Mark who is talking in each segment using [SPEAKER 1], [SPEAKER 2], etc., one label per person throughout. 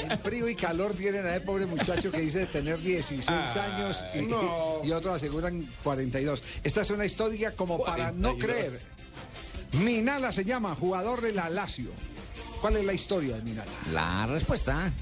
[SPEAKER 1] El frío y calor tienen a ese pobre muchacho que dice tener 16 años y,
[SPEAKER 2] Ah, no.
[SPEAKER 1] y- y otros aseguran 42. Esta es una historia como para no
[SPEAKER 2] 42.
[SPEAKER 1] creer. Minala se llama, jugador de la Lazio. ¿Cuál es la historia de Minala?
[SPEAKER 3] La respuesta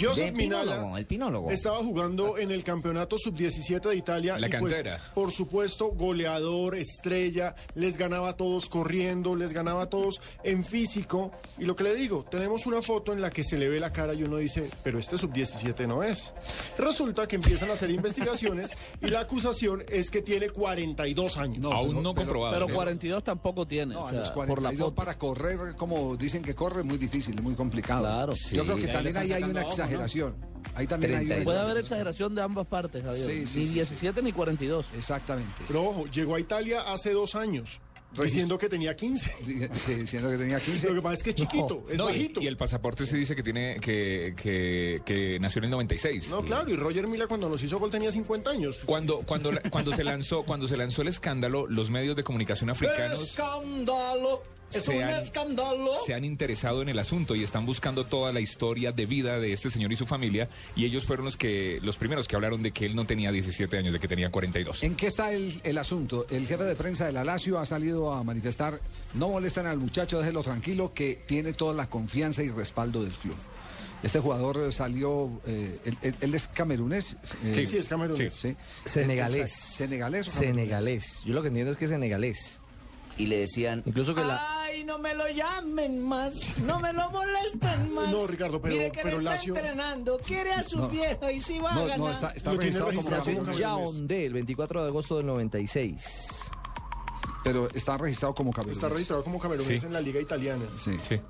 [SPEAKER 2] Joseph
[SPEAKER 3] del
[SPEAKER 2] Minala
[SPEAKER 3] pinólogo, el pinólogo.
[SPEAKER 2] estaba jugando en el campeonato sub-17 de Italia.
[SPEAKER 4] La
[SPEAKER 2] y pues,
[SPEAKER 4] cantera.
[SPEAKER 2] por supuesto, goleador, estrella, les ganaba a todos corriendo, les ganaba a todos en físico. Y lo que le digo, tenemos una foto en la que se le ve la cara y uno dice, pero este sub-17 no es. Resulta que empiezan a hacer investigaciones y la acusación es que tiene 42 años.
[SPEAKER 4] Aún no comprobado.
[SPEAKER 5] Pero 42 tampoco tiene.
[SPEAKER 1] No,
[SPEAKER 5] o
[SPEAKER 1] a
[SPEAKER 5] sea,
[SPEAKER 1] los
[SPEAKER 5] por la
[SPEAKER 1] 42
[SPEAKER 5] foto.
[SPEAKER 1] para correr, como dicen que corre, es muy difícil, es muy complicado.
[SPEAKER 5] Claro.
[SPEAKER 1] Yo
[SPEAKER 3] Sí.
[SPEAKER 1] creo que
[SPEAKER 3] Ahí
[SPEAKER 1] también
[SPEAKER 4] le
[SPEAKER 1] ahí
[SPEAKER 4] están
[SPEAKER 1] hay una
[SPEAKER 4] sacando ojo, ¿no?
[SPEAKER 1] exageración. Ahí también hay una
[SPEAKER 3] 32.
[SPEAKER 5] Puede haber
[SPEAKER 1] exageración.
[SPEAKER 5] exageración de ambas partes, Javier.
[SPEAKER 1] Sí, sí,
[SPEAKER 5] ni
[SPEAKER 1] sí,
[SPEAKER 5] 17 ni 42.
[SPEAKER 1] Exactamente.
[SPEAKER 2] Pero ojo, llegó a Italia hace dos años,
[SPEAKER 1] Registro.
[SPEAKER 2] diciendo que tenía 15.
[SPEAKER 1] Sí, Diciendo que tenía
[SPEAKER 2] Lo que
[SPEAKER 1] 15.
[SPEAKER 2] pasa es que es chiquito, es
[SPEAKER 4] No, y,
[SPEAKER 2] bajito.
[SPEAKER 4] y el pasaporte se dice que tiene que, que, que nació en el 96.
[SPEAKER 2] No, claro, y Roger Mila cuando nos hizo gol tenía 50 años.
[SPEAKER 4] Cuando, cuando, la- cuando, se lanzó, cuando se lanzó el escándalo, los medios de comunicación
[SPEAKER 2] Pues,
[SPEAKER 4] africanos
[SPEAKER 2] ¡Escándalo! ¡Es
[SPEAKER 4] Se
[SPEAKER 2] un
[SPEAKER 4] han-
[SPEAKER 2] escándalo!
[SPEAKER 4] se han interesado en el asunto y están buscando toda la historia de vida de este señor y su familia. Y ellos fueron los, que, los primeros que hablaron de que él no tenía 17 años, de que tenía 42.
[SPEAKER 1] ¿En qué está el, el asunto? El jefe de prensa de la Lazio ha salido a manifestar, no molestan al muchacho, déjelo tranquilo, que tiene toda la confianza y respaldo del club. Este jugador eh, salió, eh, él, él- él es camerunés. eh,
[SPEAKER 4] Sí.
[SPEAKER 2] Sí, es camerunés.
[SPEAKER 1] sí.
[SPEAKER 6] Senegalés.
[SPEAKER 1] Senegalés. o camerunés?
[SPEAKER 6] Senegalés. Yo lo que entiendo es que es senegalés.
[SPEAKER 3] Y le decían,
[SPEAKER 6] Incluso que la...
[SPEAKER 7] Ay, no me lo llamen más, no me lo molesten más.
[SPEAKER 2] No, Ricardo, pero-
[SPEAKER 7] Mire que
[SPEAKER 2] pero
[SPEAKER 7] le está
[SPEAKER 2] Lazio-
[SPEAKER 7] entrenando, quiere a su
[SPEAKER 1] No.
[SPEAKER 7] viejo y si va a
[SPEAKER 1] No,
[SPEAKER 7] ganar.
[SPEAKER 1] no, está, está
[SPEAKER 2] Lo tiene
[SPEAKER 1] registrado como
[SPEAKER 2] registrado como
[SPEAKER 1] camerunés.
[SPEAKER 2] camerunés.
[SPEAKER 6] Yaoundé, el 24 de agosto del 96.
[SPEAKER 1] Pero está registrado como camerunés.
[SPEAKER 2] Está registrado como camerunés
[SPEAKER 4] Sí.
[SPEAKER 2] en la liga italiana.
[SPEAKER 1] Sí.
[SPEAKER 4] Sí.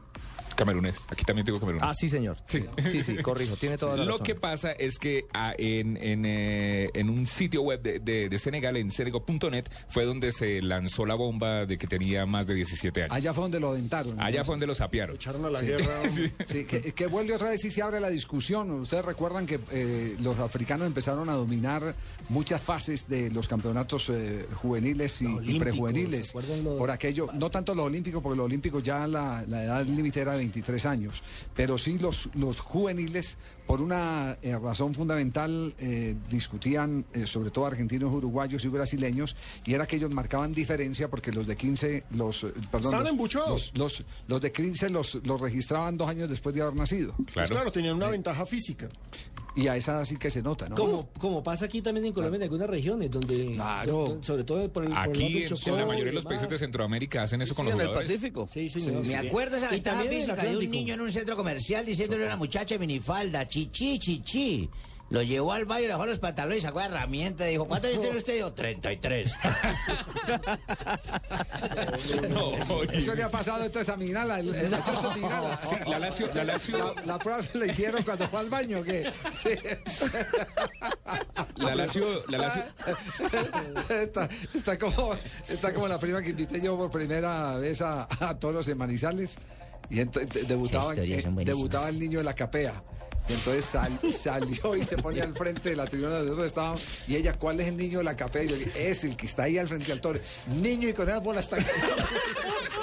[SPEAKER 4] Camerunés. Aquí también tengo camerunés.
[SPEAKER 6] Ah, sí, señor. Sí, sí, corrijo. Tiene toda la
[SPEAKER 4] Lo
[SPEAKER 6] razón.
[SPEAKER 4] que pasa es que ah, en, en, eh, en un sitio web de, de- de Senegal, en senego.net, fue donde se lanzó la bomba de que tenía más de 17 años.
[SPEAKER 1] Allá fue donde lo aventaron.
[SPEAKER 4] Allá fue donde los
[SPEAKER 2] Lo
[SPEAKER 4] apiaron.
[SPEAKER 2] echaron a Pues la guerra. hombre.
[SPEAKER 1] Sí, que, que vuelve otra vez y se abre la discusión. Ustedes recuerdan que eh, los africanos empezaron a dominar muchas fases de los campeonatos eh, juveniles y, y prejuveniles. Por aquello, no tanto los olímpicos, porque los olímpicos ya la, la edad límite era 23 años, pero sí los, los juveniles, por una eh, razón fundamental, eh, discutían eh, sobre todo argentinos, uruguayos y brasileños, y era que ellos marcaban diferencia porque los de 15, los, eh, perdón,
[SPEAKER 2] Están
[SPEAKER 1] los-
[SPEAKER 2] embuchados.
[SPEAKER 1] los- los, los de 15 los, los registraban dos años después de haber nacido.
[SPEAKER 2] Pues
[SPEAKER 4] Claro.
[SPEAKER 2] claro, tenían una ventaja física.
[SPEAKER 1] Y a esa sí que se nota, ¿no?
[SPEAKER 8] Como, como pasa aquí también en Colombia, en algunas regiones, donde.
[SPEAKER 1] Claro.
[SPEAKER 8] do- sobre todo por el. por el lado del
[SPEAKER 4] Aquí, en,
[SPEAKER 8] Chocó
[SPEAKER 4] en la mayoría de los
[SPEAKER 8] y
[SPEAKER 4] países de
[SPEAKER 8] demás.
[SPEAKER 4] Centroamérica hacen eso con
[SPEAKER 5] Sí,
[SPEAKER 4] los
[SPEAKER 5] en el
[SPEAKER 4] jugadores.
[SPEAKER 5] Pacífico.
[SPEAKER 8] Sí, señor.
[SPEAKER 3] me acuerdo esa
[SPEAKER 8] Y
[SPEAKER 3] ventaja
[SPEAKER 8] también en el
[SPEAKER 3] física de un
[SPEAKER 8] Atlántico.
[SPEAKER 3] niño en un centro comercial diciéndole a una muchacha de minifalda, chichi, chichi. Lo llevó al baño, le bajó los pantalones, sacó la herramienta y dijo, ¿cuántos años tiene usted? Y Yo, 33.
[SPEAKER 4] No, oye.
[SPEAKER 1] Eso le ha pasado entonces a Minala. el- el- esto es a Minala.
[SPEAKER 4] Sí, la Lazio- la Lazio-
[SPEAKER 1] La- la prueba se la hicieron cuando fue al baño. que
[SPEAKER 4] La Lazio, la Lazio-
[SPEAKER 1] está, está como, está como la prima que invité yo por primera vez a, a Toros en Manizales. Y entonces debutaba,
[SPEAKER 3] historias
[SPEAKER 1] eh,
[SPEAKER 3] son buenísimas.
[SPEAKER 1] debutaba el niño de la capea. Y entonces sal- salió y se ponía al frente de la tribuna de nosotros estábamos. Y ella, ¿cuál es el niño de la capea? Y yo le dije, es el que está ahí al frente al toro. Niño y con esas bolas está